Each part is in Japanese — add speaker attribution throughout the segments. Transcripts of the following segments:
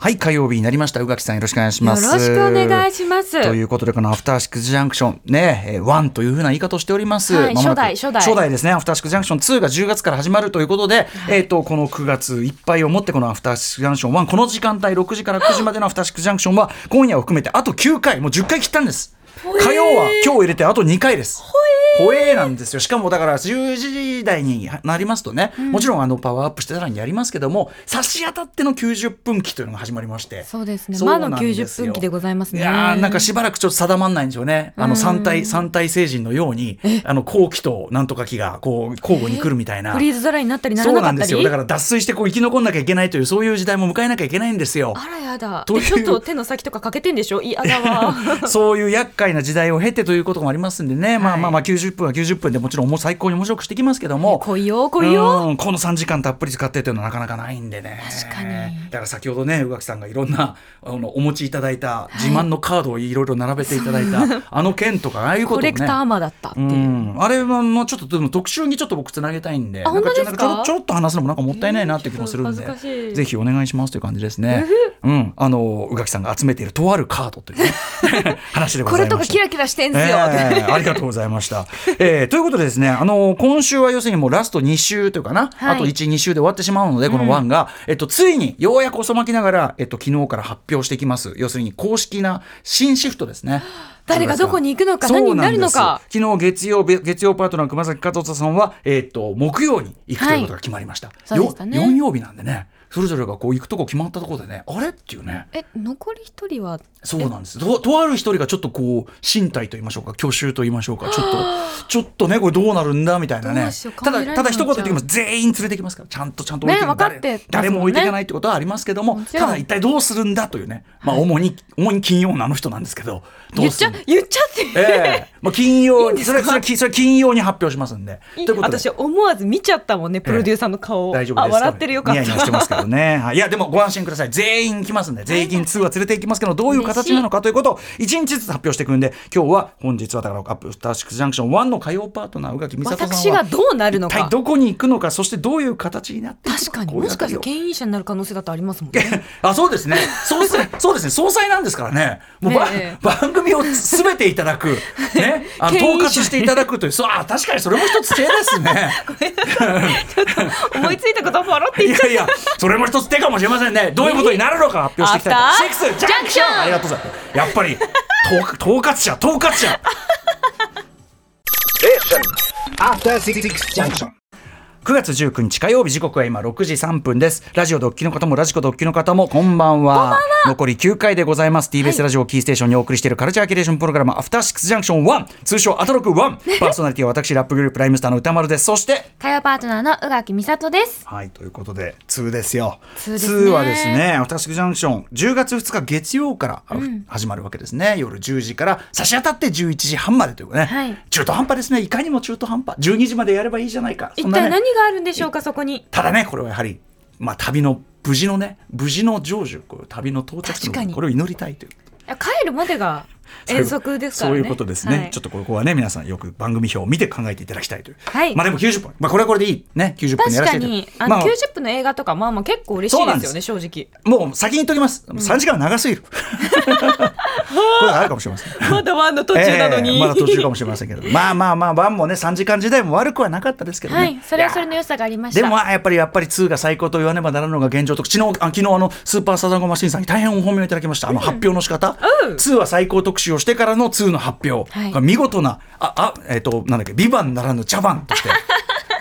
Speaker 1: はい火曜日になりました宇垣さんよろしくお願いします
Speaker 2: よろしくお願いします
Speaker 1: ということでこのアフターシックスジャンクションねえーワンというふうな言い方をしております、
Speaker 2: はい
Speaker 1: 間もなく
Speaker 2: 初代初代
Speaker 1: 初代ですねアフターシックスジャンクション2が10月から始まるということで、えっ、とこの9月いっぱいをもってこのアフターシックスジャンクション1この時間帯6時から9時までのアフターシックスジャンクションは今夜を含めてあと9回もう10回切ったんです火曜は今日入れてあと2回ですほえーなんですよしかもだから10時台になりますとね、もちろんあのパワーアップしてさらにやりますけども差し当たっての90分期というのが始まりまして
Speaker 2: そうですね
Speaker 1: そうなん
Speaker 2: 魔の
Speaker 1: ですよ
Speaker 2: 90分期でございますね
Speaker 1: いやーなんかしばらくちょっと定まんないんですよねあの三体三体星人のようにあの後期となんとか期がこう交互に来るみたいな、
Speaker 2: フリーズドライになったりな
Speaker 1: そ
Speaker 2: ら
Speaker 1: う
Speaker 2: な
Speaker 1: な
Speaker 2: か
Speaker 1: ん
Speaker 2: っ
Speaker 1: で
Speaker 2: た
Speaker 1: すよ
Speaker 2: り
Speaker 1: だから脱水してこう生き残んなきゃいけないというそういう時代も迎えなきゃいけないんですよ。
Speaker 2: あらやだ
Speaker 1: という
Speaker 2: えちょっと手の先とか欠けてんでしょいやだわ
Speaker 1: そういう厄介な時代を経てということもありますんでね、まあ
Speaker 2: はい
Speaker 1: まあまあ90分は90分でもちろんもう最高に面白くしていきますけども、
Speaker 2: 来いよ来いよ
Speaker 1: うんこの3時間たっぷり使ってというのはなかなかないんでね
Speaker 2: 確かに
Speaker 1: だから先ほどね宇垣さんがいろんなあのお持ちいただいた自慢のカードをいろいろ並べていただいた、あの剣とかああいうこと
Speaker 2: コ
Speaker 1: もね
Speaker 2: レクターマだったって
Speaker 1: う、
Speaker 2: いうん
Speaker 1: あれはもうちょっとでも特集にちょっと僕つなげたいんで
Speaker 2: あ本当で
Speaker 1: な
Speaker 2: すか
Speaker 1: んちょなんちょちょっと話すのもなんかもったいないなっていう気もするんで、
Speaker 2: えーちょっと恥ずかしい
Speaker 1: ぜひお願いしますという感じですね、うん、あの宇垣さんが集めているとあるカードと いうね、話でございました
Speaker 2: これとかキラキラしてんすよ、
Speaker 1: ええありがとうございました。えーということでですね、あの今週は要するにもうラスト2週というかな、
Speaker 2: はい
Speaker 1: あと1、2週で終わってしまうので、この1が、えっと、ついにようやく遅まきながら、えっと、昨日から発表していきます。要するに公式な新シフトですね。
Speaker 2: 誰がどこに行くのか
Speaker 1: そう
Speaker 2: 何
Speaker 1: ん
Speaker 2: になるのか
Speaker 1: です昨日月曜日月曜パートナーの熊崎和人さんは、えっと木曜に行くということが決まりました。
Speaker 2: そうでしたね
Speaker 1: よ4曜日なんでね。それぞれがこう行くとこ決まったところでね、あれっていうね。
Speaker 2: え残り一人は
Speaker 1: そうなんですととある一人がちょっとこう身体と言いましょうか去就と言いましょう かちょっとちょっとねこれどうなるんだみたいな
Speaker 2: ど
Speaker 1: ね
Speaker 2: うしよう考
Speaker 1: た
Speaker 2: えられ
Speaker 1: だただ
Speaker 2: なく
Speaker 1: 一言
Speaker 2: なっち
Speaker 1: 言
Speaker 2: ゃ
Speaker 1: っ
Speaker 2: う
Speaker 1: てます全員連れてきますからちゃんとちゃんと置いて
Speaker 2: ね
Speaker 1: く
Speaker 2: 分かっ
Speaker 1: 誰
Speaker 2: てますもんね
Speaker 1: 誰も置いていかないってことはありますけども
Speaker 2: もちろん
Speaker 1: ただ一体どうするんだというね、まあ、主に、主に金曜のあの人なんですけどど
Speaker 2: 言
Speaker 1: う
Speaker 2: っ
Speaker 1: す
Speaker 2: ちゃ
Speaker 1: る
Speaker 2: 言っちゃって、
Speaker 1: ええまあ、金曜
Speaker 2: いいん
Speaker 1: に
Speaker 2: で
Speaker 1: そ
Speaker 2: す
Speaker 1: れ
Speaker 2: か
Speaker 1: はそれはそれは金曜に発表しますんで。
Speaker 2: いい
Speaker 1: ということで
Speaker 2: 私思わず見ちゃったもんねプロデューサーの顔を、
Speaker 1: 大丈夫です
Speaker 2: あ笑ってるよかった
Speaker 1: ニヤニヤしてますけどねはいいやでもご安心ください全員来ますんで全員2は連れて行きますけどどういう形なのかということを1日ずつ発表していくんで今日は本日はだからアップスターシックスジャンクション1の火曜パートナー宇垣美里さんは
Speaker 2: 私がどうなるのか
Speaker 1: 一体どこに行くのかそしてどういう形になっていくの
Speaker 2: 確かに
Speaker 1: こうい
Speaker 2: も
Speaker 1: う
Speaker 2: し
Speaker 1: あた
Speaker 2: かし
Speaker 1: り
Speaker 2: て
Speaker 1: を
Speaker 2: 権威者になる可能性だってありますもんね
Speaker 1: あそうですねそうです ねそうですね総裁なんですからねもうば、
Speaker 2: え
Speaker 1: 番組をすべていただく、 ね、あの
Speaker 2: 権
Speaker 1: 統
Speaker 2: 威者
Speaker 1: 括していただくというそうあ確かにそれも一つ手ですね。
Speaker 2: 思いついたことを笑って
Speaker 1: い
Speaker 2: 言っちゃ
Speaker 1: やいや、それも一つ手かもしれませんね。どういうことになるのか発表していき
Speaker 2: ア
Speaker 1: たい。
Speaker 2: フ
Speaker 1: シ
Speaker 2: タ
Speaker 1: ッ
Speaker 2: ー
Speaker 1: クスジャンクション。ありがとうございます。やっぱり統統括者、統括者。
Speaker 3: After Six Junction.
Speaker 1: 9月19日火曜日時刻は今6時3分ですラジオドッキの方もラジコドッキの方もこんばんは残り9回でございます TBS ラジオをキーステーションにお送りしているカルチャーキュレーションプログラムアフターシックスジャンクション1通称アトロク1 パーソナリティは私ラップグループライムスターの歌丸ですそして
Speaker 2: 火曜パートナーの宇垣美里です
Speaker 1: はいということで2ですよ
Speaker 2: 2です
Speaker 1: 2
Speaker 2: ね
Speaker 1: はですね「アフターシックスジャンクション」10月2日月曜からあの始まるわけですね、夜10時から差し当たって11時半までというね、
Speaker 2: はい
Speaker 1: 中途半端ですねいかにも中途半端12時までやればいいじゃないかそ
Speaker 2: 一
Speaker 1: んな
Speaker 2: 体
Speaker 1: ね
Speaker 2: 何があるんでしょうかそこに
Speaker 1: ただねこれはやはり、まあ、旅の無事のね無事の成就こう旅の到着
Speaker 2: 確かに
Speaker 1: これを祈りたいという
Speaker 2: いや帰るまで が遠足ですからね
Speaker 1: そういうことですね、
Speaker 2: はい
Speaker 1: ちょっとここはね皆さんよく番組表を見て考えていただきたいという、
Speaker 2: はい
Speaker 1: まあでも90分、まあ、これはこれでいいね90分
Speaker 2: 確
Speaker 1: やらせて
Speaker 2: か
Speaker 1: いただ
Speaker 2: に
Speaker 1: き
Speaker 2: あ
Speaker 1: ま
Speaker 2: の、
Speaker 1: あ
Speaker 2: 90分の映画とかまあまあ結構嬉しいですよね正直
Speaker 1: もう先に言っときます。3時間は長すぎ る。これがあるかもしれません。
Speaker 2: まだワンの途中なのに、
Speaker 1: ええまだ途中かもしれませんけど。まあまあまあ、ワンもね、3時間時代も悪くはなかったですけどね。
Speaker 2: はいそれはそれの良さがありました
Speaker 1: でもまあやっぱりやっぱり2が最高と言わねばならぬのが現状と昨日あ昨日あのスーパーサザンゴマシンさんに大変お褒めをいただきましたあの発表の仕方、
Speaker 2: うん
Speaker 1: 2は最高特集をしてからの2の発表、
Speaker 2: はい
Speaker 1: が見事なああえっ、となんだっけビバンならぬ茶番と して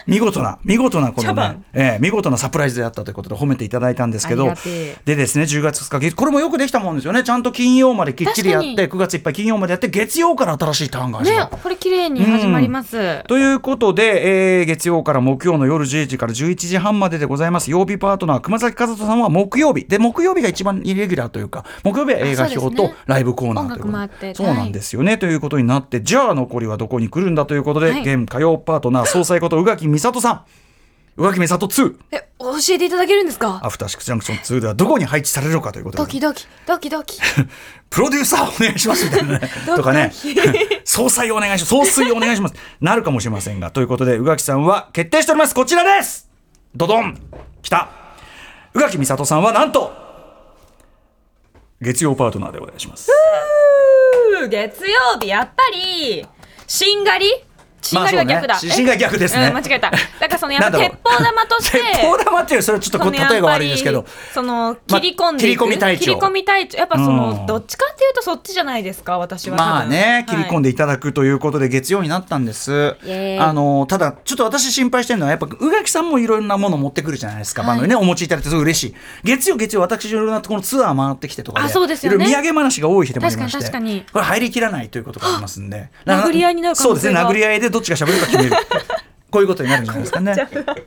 Speaker 1: 見事な見事なこの
Speaker 2: 茶
Speaker 1: ね
Speaker 2: 番、
Speaker 1: ええ見事なサプライズであったということで褒めていただいたんですけど
Speaker 2: ありがてえ
Speaker 1: でですね10月2日これもよくできたもんですよねちゃんと金曜まできっちりやっ
Speaker 2: 確か
Speaker 1: て9月いっぱい金曜までやって月曜から新しいターンが始ま
Speaker 2: ね
Speaker 1: る、
Speaker 2: これ綺麗に始まります、
Speaker 1: ということで、えー月曜から木曜の夜10時から11時半まででございます曜日パートナー熊崎和人さんは木曜日で木曜日が一番イレギュラーというか木曜日は映画
Speaker 2: あそう
Speaker 1: 表
Speaker 2: です
Speaker 1: と
Speaker 2: ね
Speaker 1: ライブコーナーということ
Speaker 2: 音楽もあって
Speaker 1: そうなんですよね、ということになってじゃあ残りはどこに来るんだということで、
Speaker 2: はい
Speaker 1: ゲーム火曜パートナー総裁こと宇垣美里さん宇垣美里2
Speaker 2: え教えていただけるんですか
Speaker 1: アフターシックスジャンクション2ではどこに配置されるのかということ
Speaker 2: ド
Speaker 1: で
Speaker 2: キドキドキド キ
Speaker 1: プロデューサーお願いしますみたいなね
Speaker 2: ドキドキ
Speaker 1: とかね 総裁お願いします総帥お願いしますなるかもしれませんがということで宇垣さんは決定しておりますこちらですドドンきた宇垣美里さんはなんと月曜パートナーでお願いします。
Speaker 4: 月曜日やっぱりしんがりしんがりは逆だ、
Speaker 1: まあそうねしんがり逆ですね
Speaker 4: うん間違えただからそのやっぱ
Speaker 1: なんだろう
Speaker 4: 鉄砲玉として
Speaker 1: 鉄砲玉っていうそれちょっとこ
Speaker 4: その
Speaker 1: う
Speaker 4: やっぱり
Speaker 1: 例えが悪いですけど、
Speaker 4: その
Speaker 1: まあ
Speaker 4: 切り込んでいく、
Speaker 1: 切り込み隊長
Speaker 4: 切り込み隊長やっぱその、
Speaker 1: うん
Speaker 4: どっちかっていうとそっちじゃないですか私は多分
Speaker 1: まあね切り込んでいただくということで月曜になったんです、
Speaker 2: イエーイ
Speaker 1: あのただちょっと私心配してるのはやっぱ宇垣さんもいろんなもの持ってくるじゃないですか、番組ねお持ちいただいてすごい嬉しい月曜月曜私いろいろなところのツアー回ってきてとかで
Speaker 2: あそうですよね
Speaker 1: いろいろ土産話が多い日でもありまして
Speaker 2: 確かに確かに
Speaker 1: これ入りきらないということがありますんで
Speaker 4: 殴り合いになる可
Speaker 1: そう
Speaker 4: 能性
Speaker 1: で
Speaker 4: が
Speaker 1: すね殴り合いでどっちが喋るか決めるこういうことになるんじゃないですかね。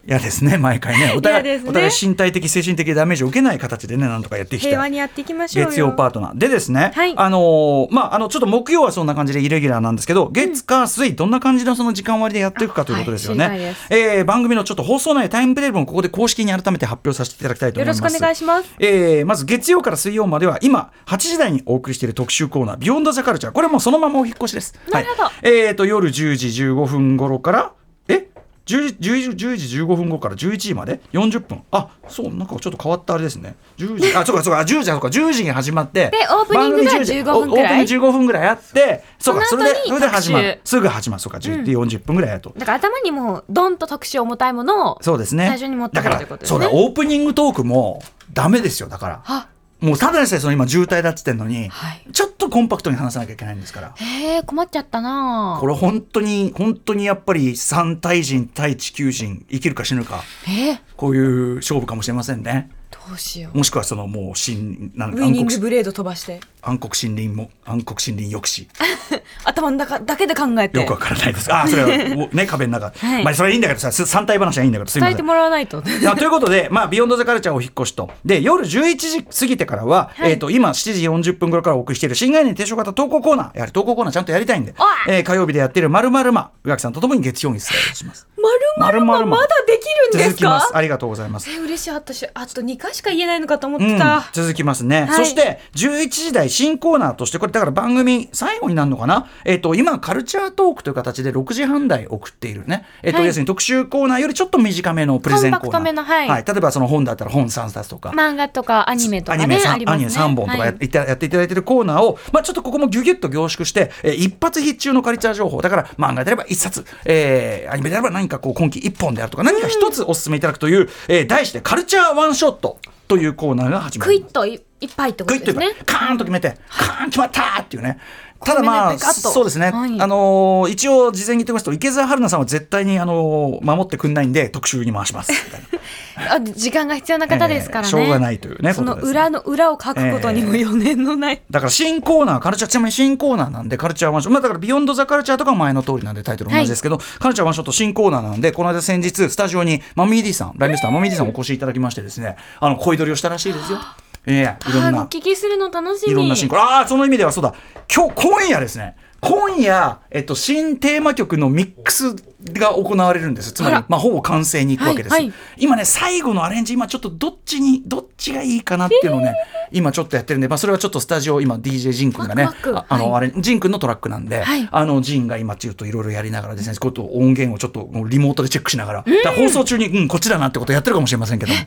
Speaker 1: いやですね、毎回ね。お互い、
Speaker 4: 嫌ですね
Speaker 1: お互い身体的、精神的ダメージを受けない形でね、なんとかやっていきたい。
Speaker 4: 平和にやっていきましょうよ
Speaker 1: 月曜パートナーでですね、
Speaker 4: はい
Speaker 1: あのーまああのちょっと木曜はそんな感じでイレギュラーなんですけど月火水どんな感じのその時間割でやっていくかということですよね、
Speaker 4: はい知りたいです
Speaker 1: えー番組のちょっと放送内タイムテレビもここで公式に改めて発表させていただきたいと
Speaker 4: よ
Speaker 1: 思いま
Speaker 4: ろ
Speaker 1: す
Speaker 4: しくお願いします
Speaker 1: えーまず月曜から水曜までは今8時台にお送りしている特集コーナー「ビヨンドザカルチャーこれはもうそのままお引っ越しです。
Speaker 4: なるほど
Speaker 1: はい、えー、と夜10時15分頃からえ10時 ,10 時10時15分後から11時まで40分あそうなんかちょっと変わったあれですね10時あそうかそうか10時だそうか10時に始まってで
Speaker 2: オープニングが15分くらい
Speaker 1: オープニング15分ぐらいあってそうかそ
Speaker 4: その
Speaker 1: れ
Speaker 4: 後に
Speaker 1: でそれで始まる
Speaker 4: 特
Speaker 1: すぐ始まるそうか10時40分ぐらいやと、
Speaker 2: だから頭にもうドンと特殊重たいものを
Speaker 1: そうですね。
Speaker 2: 最初に持ってくる
Speaker 1: だ
Speaker 2: と
Speaker 1: か
Speaker 2: い
Speaker 1: ら
Speaker 2: うことです
Speaker 1: そう
Speaker 2: ね
Speaker 1: だ、オープニングトークもダメですよ、だから。もうただでさえその今渋滞だっつってんのに、
Speaker 2: はい
Speaker 1: ちょっとコンパクトに話さなきゃいけないんですから。
Speaker 2: へえ困っちゃったな
Speaker 1: これ本当に、本当にやっぱり三対人対地球人、生きるか死ぬか、
Speaker 2: えー
Speaker 1: こういう勝負かもしれませんね。
Speaker 2: どうしよう
Speaker 1: もしくはそのもう新、なん
Speaker 4: ウイ
Speaker 1: 暗
Speaker 4: ニン
Speaker 1: 黒
Speaker 4: グ
Speaker 1: し
Speaker 4: ブレード飛ばして
Speaker 1: 暗黒森林も、暗黒森林抑止。
Speaker 4: 頭の中だけで考えて
Speaker 1: よくわからないです。ああ、それは、おね、壁の中。
Speaker 4: はい
Speaker 1: まあ、それはいいんだけどさ、す三体話はいいんだけど、すいま
Speaker 4: 伝
Speaker 1: せ
Speaker 4: えて。
Speaker 1: ん
Speaker 4: もらわないと
Speaker 1: いやということで、まあ、ビヨンドザカルチャーお引っ越しと。で、夜11時過ぎてからは、えっ、と、今7時40分頃からお送りしている新概念提唱型投稿コーナー。やはり投稿コーナーちゃんとやりたいんで、えー火曜日でやってるまるまるま、宇垣さんとともに月曜にスタートします。
Speaker 4: まるまるままだできるんですか
Speaker 1: 続きます。ありがとうございます。
Speaker 4: え嬉しい私あと2回しか言えないのかと思っ
Speaker 1: う
Speaker 4: て
Speaker 1: ん
Speaker 4: た、
Speaker 1: 続きますね、
Speaker 4: はい
Speaker 1: そして11時台新コーナーとしてこれだから番組最後になるのかな、えっと今カルチャートークという形で6時半台送っているね、えっと
Speaker 2: はい
Speaker 1: 要するに特集コーナーよりちょっと短めのプレゼンコーナー
Speaker 2: コンパクトめのはい
Speaker 1: 例えばその本だったら本3冊とか、
Speaker 2: 漫画とかアニメとかね
Speaker 1: アニメ
Speaker 2: あり
Speaker 1: 三
Speaker 2: ます
Speaker 1: ア
Speaker 2: ね
Speaker 1: ニメ三本とかや,、
Speaker 2: はい
Speaker 1: いたやっていただいてるコーナーを、まあ、ちょっとここもギュギュッと凝縮して、えー一発必中のカルチャー情報だから漫画であれば一冊、えーアニメであれば何かこう今期一本であるとか何か一つお勧めいただくという、えー題して「カルチャーワンショット」というコーナーが始ま
Speaker 2: クイ
Speaker 1: りま
Speaker 2: ッといいっぱいって
Speaker 1: す
Speaker 2: こ
Speaker 1: クイ
Speaker 2: と
Speaker 1: ッ
Speaker 2: で
Speaker 1: と
Speaker 2: す
Speaker 1: いうか
Speaker 2: ね
Speaker 1: カーンと決めて、カーン決まったーっていうね。ただま
Speaker 2: こ
Speaker 1: あ、
Speaker 2: れねペカッと
Speaker 1: そうですね。
Speaker 2: はい
Speaker 1: あのー一応事前に言っておきますと、池澤春菜さんは絶対に、あのー守ってくんないんで、特集に回します。みたいな
Speaker 2: あ時間が必要な方ですからね、
Speaker 1: えーしょうがないというね、
Speaker 4: その
Speaker 1: ことですね
Speaker 4: 裏の裏を書くことにも余念のない、
Speaker 1: だから新コーナー、カルチャー、ちなみに新コーナーなんで、カルチャーワンショット、まあ、だからビヨンドザカルチャーとかは前の通りなんでタイトル同じですけど、カルチャーワンショット新コーナーなんで、この間先日、スタジオにマミーディさん、ライムスターマミーディさんお越しいただきましてですね、あの、恋取りをしたらしいですよ。ええい
Speaker 2: あ
Speaker 1: ろん
Speaker 2: ーお
Speaker 1: な、
Speaker 2: 聞きするの楽しみ
Speaker 1: いろんな新コーナー。ああー、その意味ではそうだ、今日、今夜ですね。今夜、えっと、新テーマ曲のミックスが行われるんです。つまり
Speaker 2: あら、
Speaker 1: まあ、ほぼ完成に行くわけです。
Speaker 2: はいはい
Speaker 1: 今ね、最後のアレンジ、今ちょっとどっちに、どっちがいいかなっていうのをね、今ちょっとやってるんで、まあ、それはちょっとスタジオ、今、DJ ジンくんがね、
Speaker 2: ワクワ
Speaker 1: あ
Speaker 2: ク
Speaker 1: あの、
Speaker 2: は
Speaker 1: あれ、ジンくんのトラックなんで、
Speaker 2: はい
Speaker 1: あの、ジンが今、ちょっといろいろやりながらですね、こと音源をちょっともうリモートでチェックしながら、だから放送中に、うん、こっちだなってことやってるかもしれませんけども。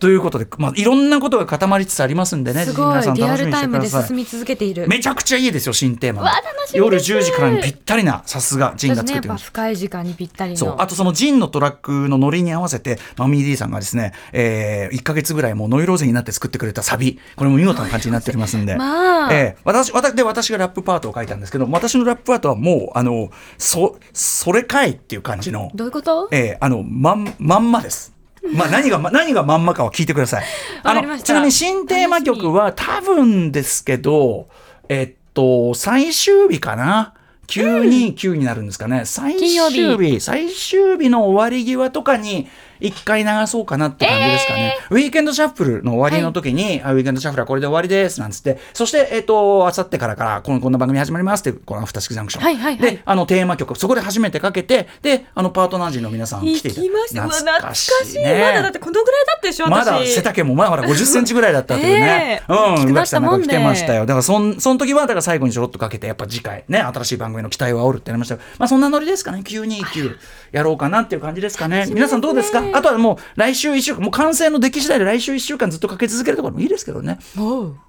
Speaker 1: ということで、まあ、いろんなことが固まりつつありますんでね、
Speaker 2: す
Speaker 1: ぜひ
Speaker 2: ご
Speaker 1: 皆
Speaker 2: い
Speaker 1: さん
Speaker 2: リア
Speaker 1: 楽しみに
Speaker 2: ル
Speaker 1: し
Speaker 2: タイ
Speaker 1: てく
Speaker 2: ム
Speaker 1: だ
Speaker 2: で
Speaker 1: さい
Speaker 2: 進。み続けている
Speaker 1: めちゃくちゃいいですよ新テーマが
Speaker 2: わあ楽しみ
Speaker 1: 夜
Speaker 2: です
Speaker 1: 10時からにぴったりなさすがジンが
Speaker 2: そうで
Speaker 1: 作
Speaker 2: すねや
Speaker 1: っ
Speaker 2: っ
Speaker 1: るん
Speaker 2: てぱ
Speaker 1: です
Speaker 2: 深い時間にぴったりの
Speaker 1: そうあとそのジンのトラックのノリに合わせてマミー D さんがですね、えー、1か月ぐらいもうノイローゼになって作ってくれたサビこれも見事な感じになっておりますんで、
Speaker 2: まあ
Speaker 1: えー私私で私がラップパートを書いたんですけど私のラップパートはもうあのそそれかいっていう感じの、
Speaker 2: どういうこと
Speaker 1: えーあのまんまんまです。まあ、何がま何がまんまかは聞いてください。あ
Speaker 2: わかりま
Speaker 1: の
Speaker 2: した
Speaker 1: ちなみに新テーマ曲は多分ですけど、えっと、最終日かな。929になるんですかね。最終
Speaker 2: 金
Speaker 1: 日
Speaker 2: 曜日
Speaker 1: 最終日の終わり際とかに一回流そうかなって感じですかね。ウィーケンドシャッフルの終わりの時に、あウィーケンドシャッフルはこれで終わりですなんつって、そして、えっと、あさってからからこのこんな番組始まりますっていう、このアフターシックスジャンクション。
Speaker 2: はいはいはい
Speaker 1: で、あのテーマ曲、そこで初めてかけて、で、あのパートナー陣の皆さん来
Speaker 4: 行
Speaker 1: ていた
Speaker 4: きましたうわ懐かしい
Speaker 1: ね
Speaker 4: まだだってこのぐらいだったでしょ私
Speaker 1: まだ背丈もまだまだ50センチぐらいだったというね。
Speaker 4: ええ
Speaker 1: うん、
Speaker 4: 大き
Speaker 1: う
Speaker 4: くな
Speaker 1: が
Speaker 4: っ
Speaker 1: きさ
Speaker 4: た
Speaker 1: んな
Speaker 4: も
Speaker 1: ん
Speaker 4: ん
Speaker 1: か
Speaker 4: ね
Speaker 1: 来てましたよ。だからそんその時はだから最後にちょろっとかけてやっぱ次回ね新しい番組の期待を煽るってなりましたよ。まあそんなノリですかね。929やろうかなっていう感じですかね。皆さんどうですか？あとはもう来週1週間もう完成の出来次第で来週1週間ずっとかけ続けるところもいいですけどね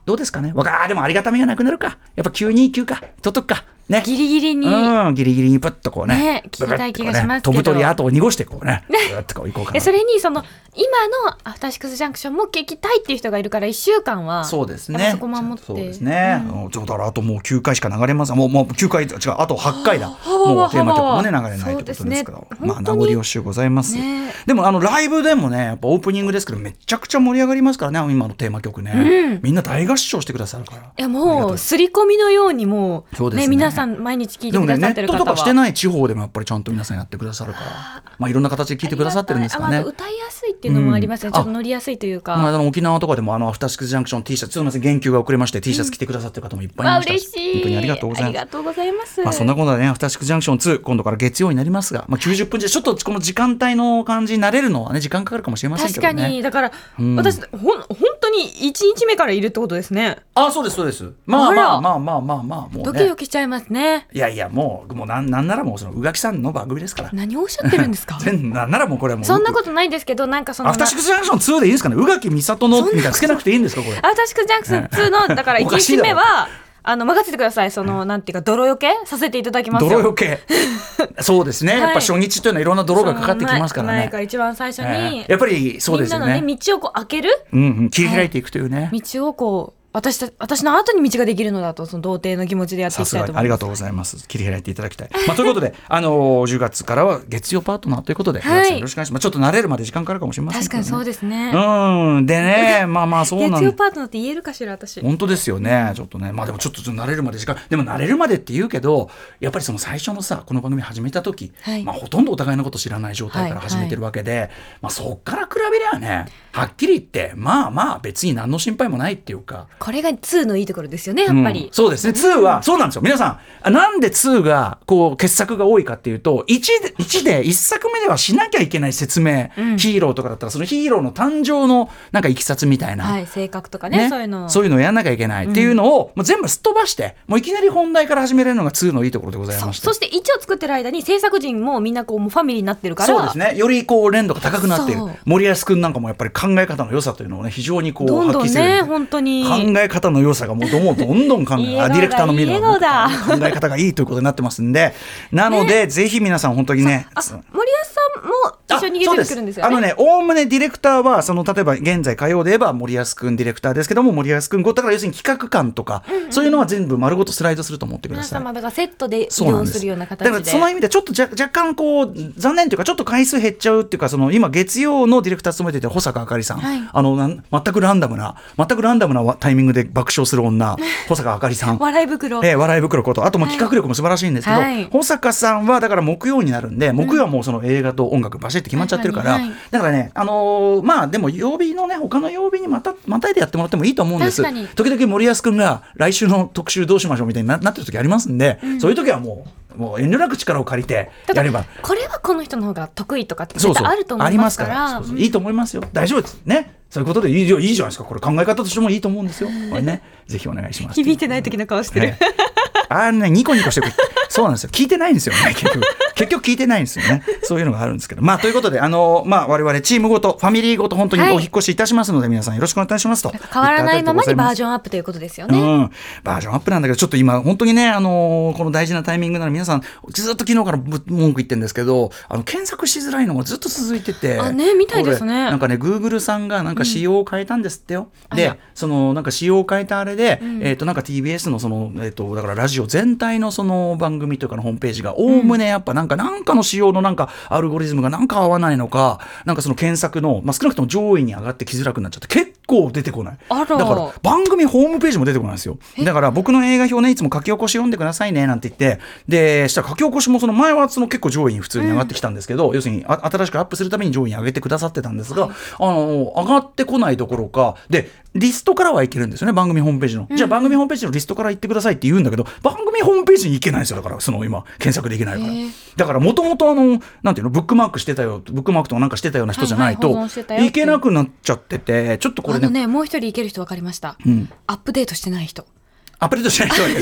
Speaker 1: どうですかねわかあでもありがたみがなくなるかやっぱ929か取っとくかね
Speaker 2: ギリギリに。
Speaker 1: うん、ギリギリにプッとこうね。
Speaker 2: ね聞きたい気がしますけど
Speaker 1: ブッとこうね飛ぶ鳥跡を濁してこう ね。ブッとこう行こうか
Speaker 2: え
Speaker 1: な。
Speaker 2: それにその今のアフターシックスジャンクションも聞きたいっていう人がいるから1週間は
Speaker 1: そうです
Speaker 2: やっ
Speaker 1: ね。
Speaker 2: ぱそこ守って
Speaker 1: そうですね。うんそうだからあともう9回しか流れません。もうもう9回違うあと8回だ。も
Speaker 2: わ
Speaker 1: うテーマ曲もね流
Speaker 2: はわ
Speaker 1: れないということですから
Speaker 2: そうです。ね
Speaker 1: まあ名
Speaker 2: 本当に
Speaker 1: 残惜しゅうございます
Speaker 2: ね。
Speaker 1: でもあのライブでもねやっぱオープニングですけどめちゃくちゃ盛り上がりますからね今のテーマ曲ね。みんな大合唱してくださるから。
Speaker 2: いや
Speaker 1: ありが
Speaker 2: も
Speaker 1: と
Speaker 2: う刷り込みのようにもう
Speaker 1: そうですね
Speaker 2: 皆さん毎日聞
Speaker 1: で
Speaker 2: いて
Speaker 1: もね、
Speaker 2: くだ
Speaker 1: ネ
Speaker 2: さって
Speaker 1: ッ
Speaker 2: る
Speaker 1: ト
Speaker 2: 方は
Speaker 1: とかしてない地方でもやっぱりちゃんと皆さんやってくださるから、まあいろんな形で聞いてくださってるんですか
Speaker 2: あ
Speaker 1: ね
Speaker 2: まあ。歌いやすいっていうのもありますね、
Speaker 1: うん
Speaker 2: ちょっと乗りやすいというか、
Speaker 1: まあ、でも沖縄とかでもあのアフターシックスジャンクション T シャツすみません言及が遅れまして T シャツ着てくださってる方もいっぱいい
Speaker 2: わあ
Speaker 1: ました
Speaker 2: 嬉しい
Speaker 1: 本当にありがとうござい
Speaker 2: あり
Speaker 1: ます
Speaker 2: が。とうございます
Speaker 1: まあそんなことでね、アフターシックスジャンクション2、今度から月曜になりますが、まあ90分でちょっとこの時間帯の感じに慣れるのはね、時間かかるかもしれませんけ
Speaker 2: 確
Speaker 1: どね。
Speaker 2: かに、だから、
Speaker 1: ん
Speaker 2: 私ほん本当に1日目からいるってことですね
Speaker 1: あ、そうです、そうです。まあま
Speaker 2: あ
Speaker 1: あ
Speaker 2: ら
Speaker 1: まあまあまあまあ、もう
Speaker 2: ドキ
Speaker 1: ね
Speaker 2: ド。キしちゃいますね
Speaker 1: いやいや、もう、もうなんなんならもうその宇垣さんの番組ですから。
Speaker 2: 何をおっしゃってるんですか
Speaker 1: 全なんならもうこれはもう。
Speaker 2: そんなことないんですけどなんかその
Speaker 1: アフターシックスジャンクション2でいいんですかね宇垣美里のみたいなつけなくていいんですかこれ。
Speaker 2: アウターシックスジャンクス2 の、だから
Speaker 1: お
Speaker 2: 1
Speaker 1: かしい
Speaker 2: 日
Speaker 1: だろ
Speaker 2: 目は、あの、任せてください。その、なんていうか、泥よけさせていただきますよ。
Speaker 1: 泥よ け。そうですね。
Speaker 2: い
Speaker 1: やっぱ初日というのはいろんな泥がかかってきますから
Speaker 2: その前
Speaker 1: ね
Speaker 2: 前。から一番最初に、
Speaker 1: ええやっぱりそうですよ
Speaker 2: みんな
Speaker 1: ね
Speaker 2: のね、道をこう開ける
Speaker 1: うんうん、切り開いていくというね。
Speaker 2: 道をこう、私た、私の後に道ができるのだと、その童貞の気持ちでやって
Speaker 1: さ
Speaker 2: いき
Speaker 1: す
Speaker 2: た
Speaker 1: が
Speaker 2: いと
Speaker 1: に
Speaker 2: 思
Speaker 1: あり
Speaker 2: いま
Speaker 1: が
Speaker 2: す。
Speaker 1: とうございます。切り開いていただきたい。まあ、ということで、 あのー10月からは月曜パートナーということで、
Speaker 2: はい
Speaker 1: よろしくお願いします。まあちょっと慣れるまで時間かかるかもしれませんけど、
Speaker 2: 確か
Speaker 1: ね。
Speaker 2: にそうですね。
Speaker 1: うん、でね、まあまあそうなん
Speaker 2: 月曜パートナーって言えるかしら、私。
Speaker 1: 本当ですよね、ちょっとね、まあでもちょっと慣れるまで時間、でも慣れるまでって言うけど、やっぱりその最初のさ、この番組始めた時、
Speaker 2: はい
Speaker 1: まあほとんどお互いのこと知らない状態から始めてるわけで、まあそっから比べりゃね、はっきり言って、まあまあ別に何の心配もないっていうか、
Speaker 2: これが2のいいところですよね、やっぱり。
Speaker 1: うんそうですね2は、そうなんですよ皆さんあなんで2がこう傑作が多いかっていうと 1, で1で1作目ではしなきゃいけない説明、
Speaker 2: うん
Speaker 1: ヒーローとかだったらそのヒーローの誕生のなんかいきさつみたいな。
Speaker 2: はい、性格とかね、そういうの。
Speaker 1: そういうのをやんなきゃいけないっていうのを、もう全部すっ飛ばしてもういきなり本題から始めれるのが2のいいところでございま
Speaker 2: そ
Speaker 1: して
Speaker 2: そして1を作ってる間に制作陣もみんなこうもうファミリーになってるから
Speaker 1: そうですねよりこう連度が高くなっている
Speaker 2: そう
Speaker 1: 森保君なんかもやっぱり考え方の良さというのをね非常にこう
Speaker 2: どん
Speaker 1: 発
Speaker 2: ど
Speaker 1: 揮
Speaker 2: ん
Speaker 1: する
Speaker 2: ね本当に
Speaker 1: 考え方の良さがもうどんどんどん考え
Speaker 2: いい
Speaker 1: あデ
Speaker 2: 笑顔だ
Speaker 1: ィレクターの見る
Speaker 2: いい笑
Speaker 1: 考え方がいいということになってますんでなので、ぜひ皆さん本当にね
Speaker 2: あ森保さんも一緒に
Speaker 1: あそう
Speaker 2: 出
Speaker 1: で
Speaker 2: てくるんですよ
Speaker 1: あ
Speaker 2: ね
Speaker 1: のね、おおむねディレクターは、その例えば現在火曜で言えば森保君ディレクターですけども、森保君ごだから要するに企画感とか、そういうのは全部丸ごとスライドすると思ってくだ
Speaker 2: 皆
Speaker 1: さい。
Speaker 2: 様だからセットで移
Speaker 1: そうなん
Speaker 2: 動
Speaker 1: です
Speaker 2: するような形
Speaker 1: だから
Speaker 2: で
Speaker 1: その意味でちょっとじゃ若干こう残念というかちょっと回数減っちゃうっていうかその今月曜のディレクター務めてて保坂あかりさん、
Speaker 2: はい
Speaker 1: あのなん全くランダムな全くランダムなわタイミングで爆笑する 女保坂あかりさん。
Speaker 2: 笑い袋、
Speaker 1: えー笑い袋ことあとも企画力も素晴らしいんですけど、
Speaker 2: はい
Speaker 1: 保坂さんはだから木曜になるんで木曜はもうその映画と音楽バシッて決まっちゃってるから、
Speaker 2: 確かにはい
Speaker 1: だからねあのーまあでも曜日のね他の曜日にまたまたいでやってもらってもいいと思うんです
Speaker 2: 確かに
Speaker 1: 時々森保君が来週の特集どうしましょうみたいにななってる時ありますんで、そういう時はもうもう遠慮なく力を借りて
Speaker 2: だ
Speaker 1: や
Speaker 2: から
Speaker 1: れば。
Speaker 2: これはこの人の方が得意とかって
Speaker 1: そう
Speaker 2: 絶
Speaker 1: そう
Speaker 2: 対あると思
Speaker 1: あ
Speaker 2: い
Speaker 1: り
Speaker 2: ま
Speaker 1: ますす
Speaker 2: か
Speaker 1: から
Speaker 2: ら
Speaker 1: そうそういいと思いますよ大丈夫ですねそういうことでいいじゃいいじゃないですかこれ考え方としてもいいと思うんですよこれ ねぜひお願いします
Speaker 2: 響いてない時の顔してる、
Speaker 1: ねあのね、ニコニコ してくる。そうなんですよ。聞いてないんですよね、結局。結局聞いてないんですよね。そういうのがあるんですけど。まあ、ということで、あの、まあ、我々チームごと、ファミリーごと、本当に
Speaker 2: はい
Speaker 1: お引っ越しいたしますので、皆さんよろしくお願いしますと。
Speaker 2: 変わらないままにバージ
Speaker 1: ョン。
Speaker 2: ョンアップということですよね、
Speaker 1: うん、バージョンアップなんだけどちょっと今本当にね、あのーこの大事なタイミングなら皆さんずっと昨日からぶ文句言ってるんですけどあの検索しづらいのがずっと続いてて
Speaker 2: あねみたいですね
Speaker 1: これなんかね Google さんがなんか仕様を変えたんですってよ、でそのなんか仕様を変えたあれで、えっ、となんか TBS のその、えっとだからラジオ全体のその番組というかのホームページがおおむねやっぱなんかなんかの仕様のなんかアルゴリズムがなんか合わないのかなんかその検索の、まあ、少なくとも上位に上がってきづらくなっちゃって結構出てこない
Speaker 2: あら
Speaker 1: だから番組ホームページも出てこないんですよだから僕の映画表ねいつも書き起こし読んでくださいねなんて言ってでしたら書き起こしもその前はその結構上位に普通に上がってきたんですけど、要するにあ新しくアップするために上位に上げてくださってたんですが、あの上がってこないどころかでリストからはいけるんですよね番組ホームページの、じゃあ番組ホームページのリストから行ってくださいって言うんだけど番組ホームページに行けないんですよだからその今検索できないから、
Speaker 2: へー
Speaker 1: だからもともとあのなんていうのブックマークしてたよブックマークとかなんかしてたような人じゃないと、
Speaker 2: はいはい保存してたよっていう
Speaker 1: いけなくなっちゃっててちょっとこ
Speaker 2: あ
Speaker 1: れ
Speaker 2: の
Speaker 1: ね
Speaker 2: ねもう一人いける人分かりました、
Speaker 1: うん
Speaker 2: アップデートしてない人
Speaker 1: アップデートしない人がいる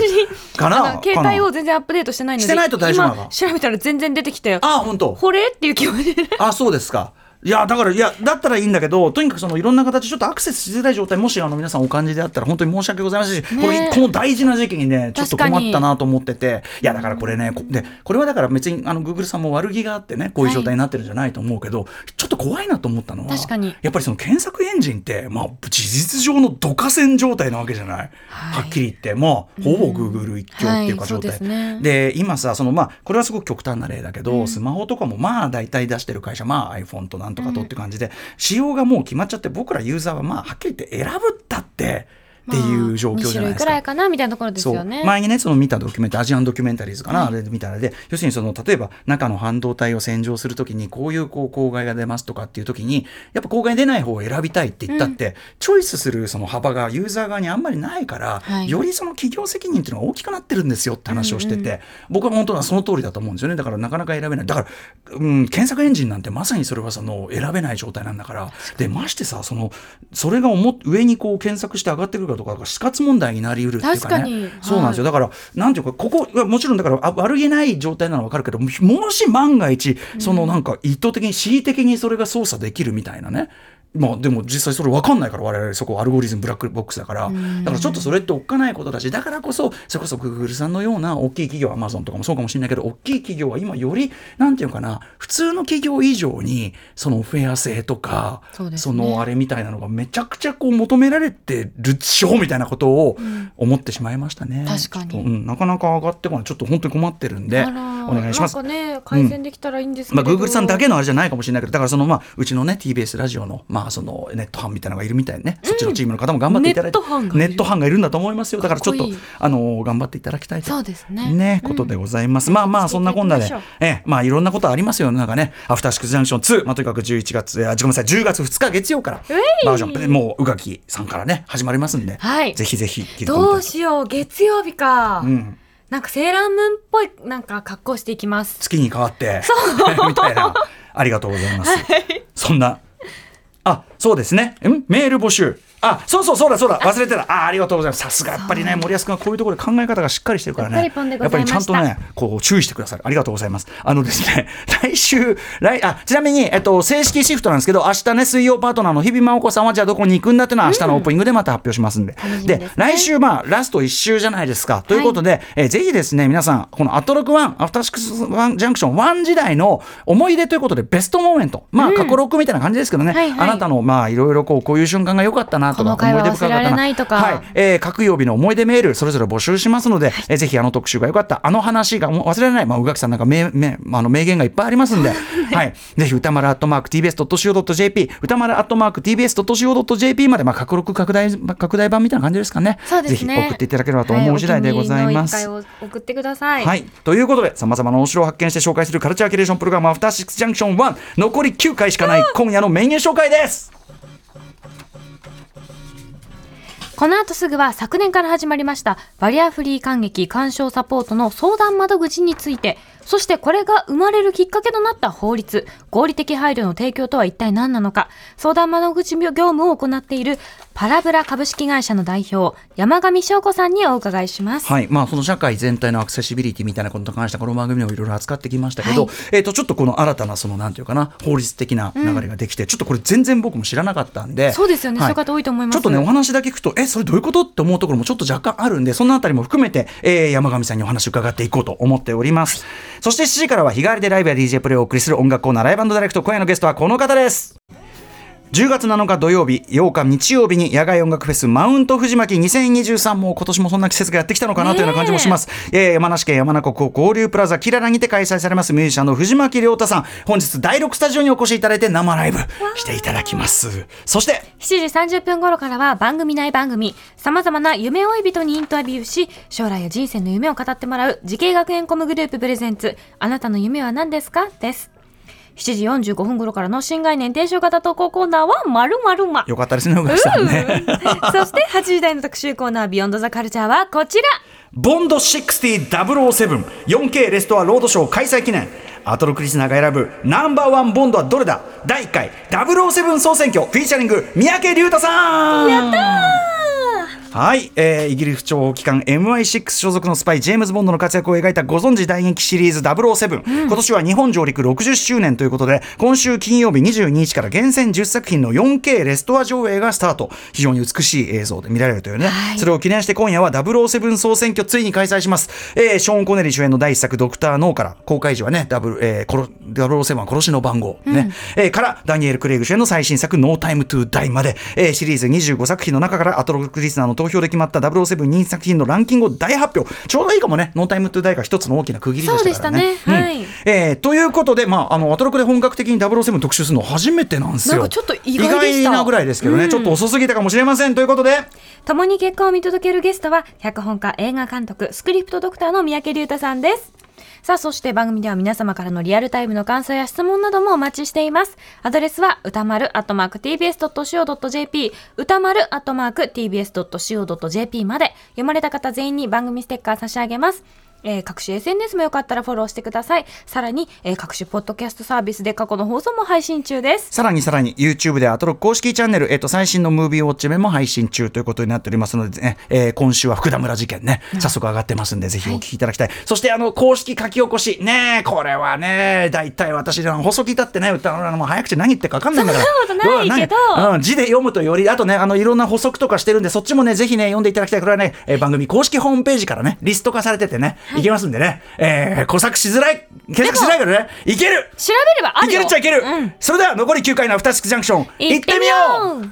Speaker 1: か
Speaker 2: あ
Speaker 1: な
Speaker 2: の携帯を
Speaker 1: か
Speaker 2: 全然アップデートしてないので
Speaker 1: してないと大丈夫なの
Speaker 2: 今調べたら全然出てきて
Speaker 1: なあ本当
Speaker 2: これっていう気持ちで
Speaker 1: あそうですかいやだからいやだったらいいんだけどとにかくそのいろんな形ちょっとアクセスしづらい状態もしあの皆さんお感じであったら本当に申し訳ございませんし、
Speaker 2: ね
Speaker 1: これこの大事な時期にねちょっと
Speaker 2: 確か
Speaker 1: 困
Speaker 2: に
Speaker 1: ったなと思ってていやだからこれねこでこれはだから別にあの Google さんも悪気があってねこういう状態になってるんじゃないと思うけど、ちょっと怖いなと思ったのは
Speaker 2: 確かに
Speaker 1: やっぱりその検索エンジンって、まあ、事実上のどかせん状態なわけじゃない、
Speaker 2: は
Speaker 1: はいっきり言ってもうほぼ Google 一強っていうか
Speaker 2: はい
Speaker 1: 状態、
Speaker 2: そうですね
Speaker 1: で今さそのまあこれはすごく極端な例だけど、スマホとかもまあ大体出してる会社まあ iPhone となんとかとって感じで、仕様がもう決まっちゃって僕らユーザーはまあはっきり言って選ぶったってっていう状況じゃない
Speaker 2: まあ二種類
Speaker 1: です
Speaker 2: く
Speaker 1: か。
Speaker 2: らいかなみたいなところです
Speaker 1: そ
Speaker 2: よ
Speaker 1: う
Speaker 2: ね。
Speaker 1: 前にねその見たドキュメントアジアンドキュメンタリーズかな、あれみたいなので要するにその例えば中の半導体を洗浄するときにこういうこう公害が出ますとかっていうときにやっぱ公害出ない方を選びたいって言ったって、チョイスするその幅がユーザー側にあんまりないから、
Speaker 2: はい
Speaker 1: よりその企業責任っていうのが大きくなってるんですよって話をしてて、僕は本当はその通りだと思うんですよねだからなかなか選べないだから、うん、検索エンジンなんてまさにそれはその選べない状態なんだからでましてさそのそれが思っ上にこう検索して上がってくるかとかが死活問題になりうるっていうかね
Speaker 2: 確かに
Speaker 1: そうなんですよだからなんていうかここはもちろんだからあ悪気ない状態なのは分かるけどももし万が一そのなんか意図的に恣意的にそれが操作できるみたいなねまあでも実際それ分かんないから我々そこアルゴリズムブラックボックスだからだからちょっとそれっておっかないことだしだからこそそれこそ Google さんのような大きい企業 Amazon とかもそうかもしれないけど大きい企業は今よりなんていうかな普通の企業以上にそのフェア性とか
Speaker 2: そうですね
Speaker 1: そのあれみたいなのがめちゃくちゃこう求められてるでしょみたいなことを思ってしまいましたね。
Speaker 2: 確かに
Speaker 1: ちょっとうん、なかなか上がってこないちょっと本当に困ってるんで
Speaker 2: あ
Speaker 1: お
Speaker 2: らー
Speaker 1: 願いします。
Speaker 2: なんかね改善できたらいいんですけ
Speaker 1: ま
Speaker 2: れ
Speaker 1: あ、
Speaker 2: ど。
Speaker 1: Google さんだけのあれじゃないかもしれないけど、だからその、まあ、うちのね、TBS ラジオの、まあ、その、ネット班みたいなのがいるみたいね、そっちのチームの方も頑張っていただいて、
Speaker 2: ネット班がいる
Speaker 1: ネット班がいるんだと思いますよ。だからちょっと、
Speaker 2: かっこいい
Speaker 1: あの、頑張っていただきたいと。
Speaker 2: そうですね
Speaker 1: ことでございます。まあまあ、そんなこんな
Speaker 2: やっ
Speaker 1: で
Speaker 2: ていきまし、
Speaker 1: ええ、まあ、いろんなことありますよね、なんかね、アフターシックスジャンクション2、まあ、とにかく11月、えーあごめんなさい、10月2日月曜から、バージョン、もう、宇垣さんからね、始まりますんで、
Speaker 2: はい
Speaker 1: ぜひぜひ、聞いてみて
Speaker 4: どうしよう、月曜日か。
Speaker 1: うん、
Speaker 4: なんかセーラームーンっぽい、なんか格好していきます。
Speaker 1: 月に変わって、 みたいな。ありがとうございます。そんな。あ、そうですね。んメール募集。あ、そうそう、そうだ、そうだ、忘れてた。あ、ありがとうございます。さすが、やっぱりね、森保君はこういうところで考え方がしっかりしてるからね。
Speaker 2: やっぱりポンでございました
Speaker 1: やっぱりちゃんとね、こう注意してください。ありがとうございます。あのですね、 来週、来、あ、ちなみに、えっと、正式シフトなんですけど、明日ね、水曜パートナーの日々真央子さんは、じゃあどこに行くんだっていうのは、明日のオープニングでまた発表しますんで。
Speaker 2: 楽しみです
Speaker 1: で
Speaker 2: ね
Speaker 1: 来週、まあ、ラスト1週じゃないですか。ということで、えーぜひですね、皆さん、このアトロク1、アフターシックスワンジャンクション1時代の思い出ということで、ベストモーメント。まあ、過去6みたいな感じですけどね。
Speaker 2: はいはい
Speaker 1: あなたの、まあ、いろいろこう、こういう瞬間が良かったなとか、
Speaker 2: この会話
Speaker 1: 思い出深かっ
Speaker 2: 忘
Speaker 1: た
Speaker 2: れられないとか
Speaker 1: はい。えー各曜日の思い出メール、それぞれ募集しますので、えーぜひあの特集が良かった、あの話がもう忘れられない、まあ、宇垣さんなんか名名あの名言がいっぱいありますんで、はい。ぜひ歌丸アットマーク TBS.CO.JP、歌丸アットマーク TBS.CO.JP まで、まあ、拡録拡大、拡大版みたいな感じですかね。
Speaker 2: そうですね
Speaker 1: ぜひ送っていただければと思う次第でございます。
Speaker 2: はい、お気に入りの一回を送ってください。
Speaker 1: はい。ということで、さまざまなお城を発見して紹介するカルチャーキュレーションプログラム、アフターシックスジャンクション1、残り9回しかない今夜のメニュー紹介です。
Speaker 2: この後すぐは昨年から始まりましたバリアフリー感激鑑賞サポートの相談窓口について、そしてこれが生まれるきっかけとなった法律、合理的配慮の提供とは一体何なのか、相談窓口業務を行っているパラブラ株式会社の代表、山上翔子さんにお伺いします。
Speaker 1: はい。まあ、その社会全体のアクセシビリティみたいなことに関して、この番組でもいろいろ扱ってきましたけど、
Speaker 2: はい
Speaker 1: えっ、と、ちょっとこの新たな、その、なんていうかな、法律的な流れができて、ちょっとこれ全然僕も知らなかったんで。
Speaker 2: そうですよね、
Speaker 1: はい
Speaker 2: そういう方多いと思います。
Speaker 1: ちょっとね、お話だけ聞くと、え、それどういうことって思うところもちょっと若干あるんで、そのあたりも含めて、えー山上さんにお話伺っていこうと思っております。そして7時からは日替わりでライブや DJ プレイをお送りする音楽コーナーライブダイレクト、今夜のゲストはこの方です。10月7日土曜日、8日日曜日に野外音楽フェスマウント藤巻2023もう今年もそんな季節がやってきたのかなというような感じもします。えー山梨県山中湖交流プラザキララにて開催されますミュージシャンの藤巻亮太さん、本日第6スタジオにお越しいただいて生ライブしていただきます。そして、
Speaker 2: 7時30分頃からは番組内番組、様々な夢追い人にインタビューし、将来や人生の夢を語ってもらう、慈恵学園コムグループプレゼンツ、あなたの夢は何ですかです。7時45分頃からの新概念提唱型投稿コーナーは、まるまるま。
Speaker 1: よかったですね、小垣さんね。
Speaker 2: そして8時台の特集コーナー、ビヨンドザカルチャーはこちら。
Speaker 1: ボンド 60-007-4K レストアロードショー開催記念。アトロクリスナーが選ぶナンバーワンボンドはどれだ第1回007総選挙フィーチャリング三宅龍太さんやったはい、えーイギリス諜報機関 MI6 所属のスパイジェームズ・ボンドの活躍を描いたご存知大人気シリーズ007、今年は日本上陸60周年ということで今週金曜日22日から厳選10作品の 4K レストア上映がスタート非常に美しい映像で見られるというね、それを記念して今夜は007総選挙ついに開催します、えーショーン・コネリー主演の第一作「ドクター・ノー」から公開時はねダブル、えー、殺007は殺しの番号、ねえーからダニエル・クレイグ主演の最新作「ノータイム・トゥ・ダイ」まで、えーシリーズ25作品の中からアトロックリスナーの投票で決まった007人作品のランキングを大発表ちょうどいいかもね「ノータイム・トゥ・ダイ」が一つの大きな区切りでしたからね。
Speaker 2: そうでしたねはい
Speaker 1: うんえーということで、まあ、あのアトロクで本格的に007特集するの初めてなんですよ。
Speaker 4: なんかちょっと意外でした
Speaker 1: 意外なぐらいですけどね、ちょっと遅すぎたかもしれませんということで。
Speaker 2: 共に結果を見届けるゲストは、脚本家、映画監督、スクリプトドクターの三宅隆太さんです。さあ、そして番組では皆様からのリアルタイムの感想や質問などもお待ちしています。アドレスは、歌丸、アットマーク、tbs.co.jp、歌丸、アットマーク、tbs.co.jp まで、読まれた方全員に番組ステッカー差し上げます。えー各種 SNS もよかったらフォローしてください。さらに、えー各種ポッドキャストサービスで過去の放送も配信中です。
Speaker 1: さらにさらに YouTube でアトロック公式チャンネル、えっと、最新のムービーウォッチメも配信中ということになっておりますので、ねえー今週は福田村事件ね、早速上がってますんで、ぜひお聞きいただきたい。そして、あの、公式書き起こし、ねえこれはね、大体私らの細聞いたってね、歌のもう早口何言ってるか分かんないんだから。
Speaker 2: そんなことないけど
Speaker 1: うんうん、字で読むとより、あとね、あの、いろんな補足とかしてるんで、そっちもね、ぜひね、読んでいただきたい。これはね、えー番組公式ホームページからね、リスト化されててね、い、けますんでね、えー、小作しづらい、検索しづらいからね、いける
Speaker 2: 調べればあ
Speaker 1: い
Speaker 2: る
Speaker 1: け
Speaker 2: よ
Speaker 1: るっちゃいける、
Speaker 2: うん。
Speaker 1: それでは残り9回のアフターシックスジャンクション
Speaker 2: 行
Speaker 1: 行
Speaker 2: っ
Speaker 1: ってて
Speaker 2: み
Speaker 1: み
Speaker 2: よ
Speaker 1: よう
Speaker 2: う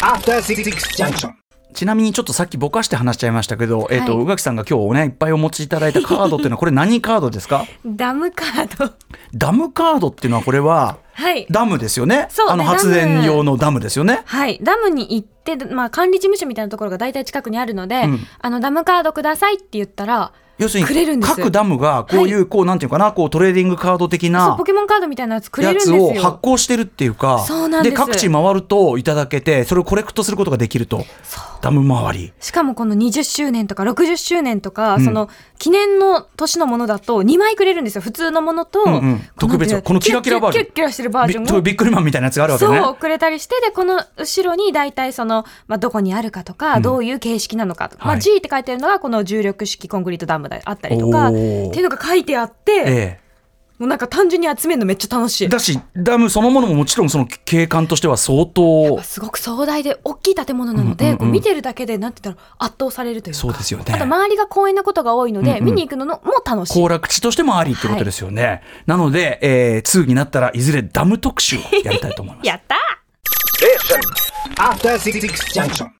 Speaker 3: After Six Junction.
Speaker 1: ちなみにちょっとさっきぼかして話しちゃいましたけど、えっ、と
Speaker 2: はい
Speaker 1: 宇垣さんが今日おねいっぱいお持ちいただいたカードってい うのはこれ何カードですか
Speaker 2: ダムカード。
Speaker 1: ダムカードっていうのはこれ は
Speaker 2: はい。
Speaker 1: ダムですよね
Speaker 2: そうね
Speaker 1: あの
Speaker 2: ダム
Speaker 1: 発電用のダムですよね
Speaker 2: はい。ダムに行って、まあ、管理事務所みたいなところが大体近くにあるので、
Speaker 1: うん
Speaker 2: あの、ダムカードくださいって言ったら、
Speaker 1: 要する
Speaker 2: くれる
Speaker 1: に
Speaker 2: んですよ
Speaker 1: 各ダムがこういうこうなんていうかなこうトレーディングカード的
Speaker 2: そう
Speaker 1: な
Speaker 2: ポケモンカードみたいなやつくれ
Speaker 1: や
Speaker 2: るんです
Speaker 1: つを発
Speaker 2: よ。
Speaker 1: 行してるっていうか
Speaker 2: そうなんです
Speaker 1: 各地回るといただけてそれをコレクトすることができるとダム周り
Speaker 2: しかもこの20周年とか60周年とか、
Speaker 1: ん
Speaker 2: その記念の年のものだと2枚くれるんですよ。普通のものと、
Speaker 1: うんうん
Speaker 2: この
Speaker 1: 特別なこのキラキラバージョン
Speaker 2: キラキラしてるバージョン
Speaker 1: び
Speaker 2: を
Speaker 1: とビックリマンみたいなやつがあるわけね
Speaker 2: そう、くれたりして、で、この後ろに大体その、まあ、どこにあるかとか、どういう形式なのかとか、ま
Speaker 1: は
Speaker 2: あ、
Speaker 1: い
Speaker 2: G って書いてあるのが、この重力式コンクリートダムであったりとか、っ
Speaker 1: お
Speaker 2: て
Speaker 1: ー
Speaker 2: いうのが書いてあって、
Speaker 1: ええ
Speaker 2: もうなんか単純に集めるのめっちゃ楽しい。
Speaker 1: だしダムそのものももちろんその景観としては相当
Speaker 2: すごく壮大で大きい建物なので、
Speaker 1: うんうんうん
Speaker 2: こう見てるだけで、なんて言ったら圧倒されるというか。
Speaker 1: そうですよね
Speaker 2: あと周りが公園なことが多いので、
Speaker 1: うんうん
Speaker 2: 見に行くのも楽しい。
Speaker 1: 行楽地としてもありってことですよね、なので、えー、2になったらいずれダム特集をやりたいと思います
Speaker 2: やったー
Speaker 3: After Six Junction.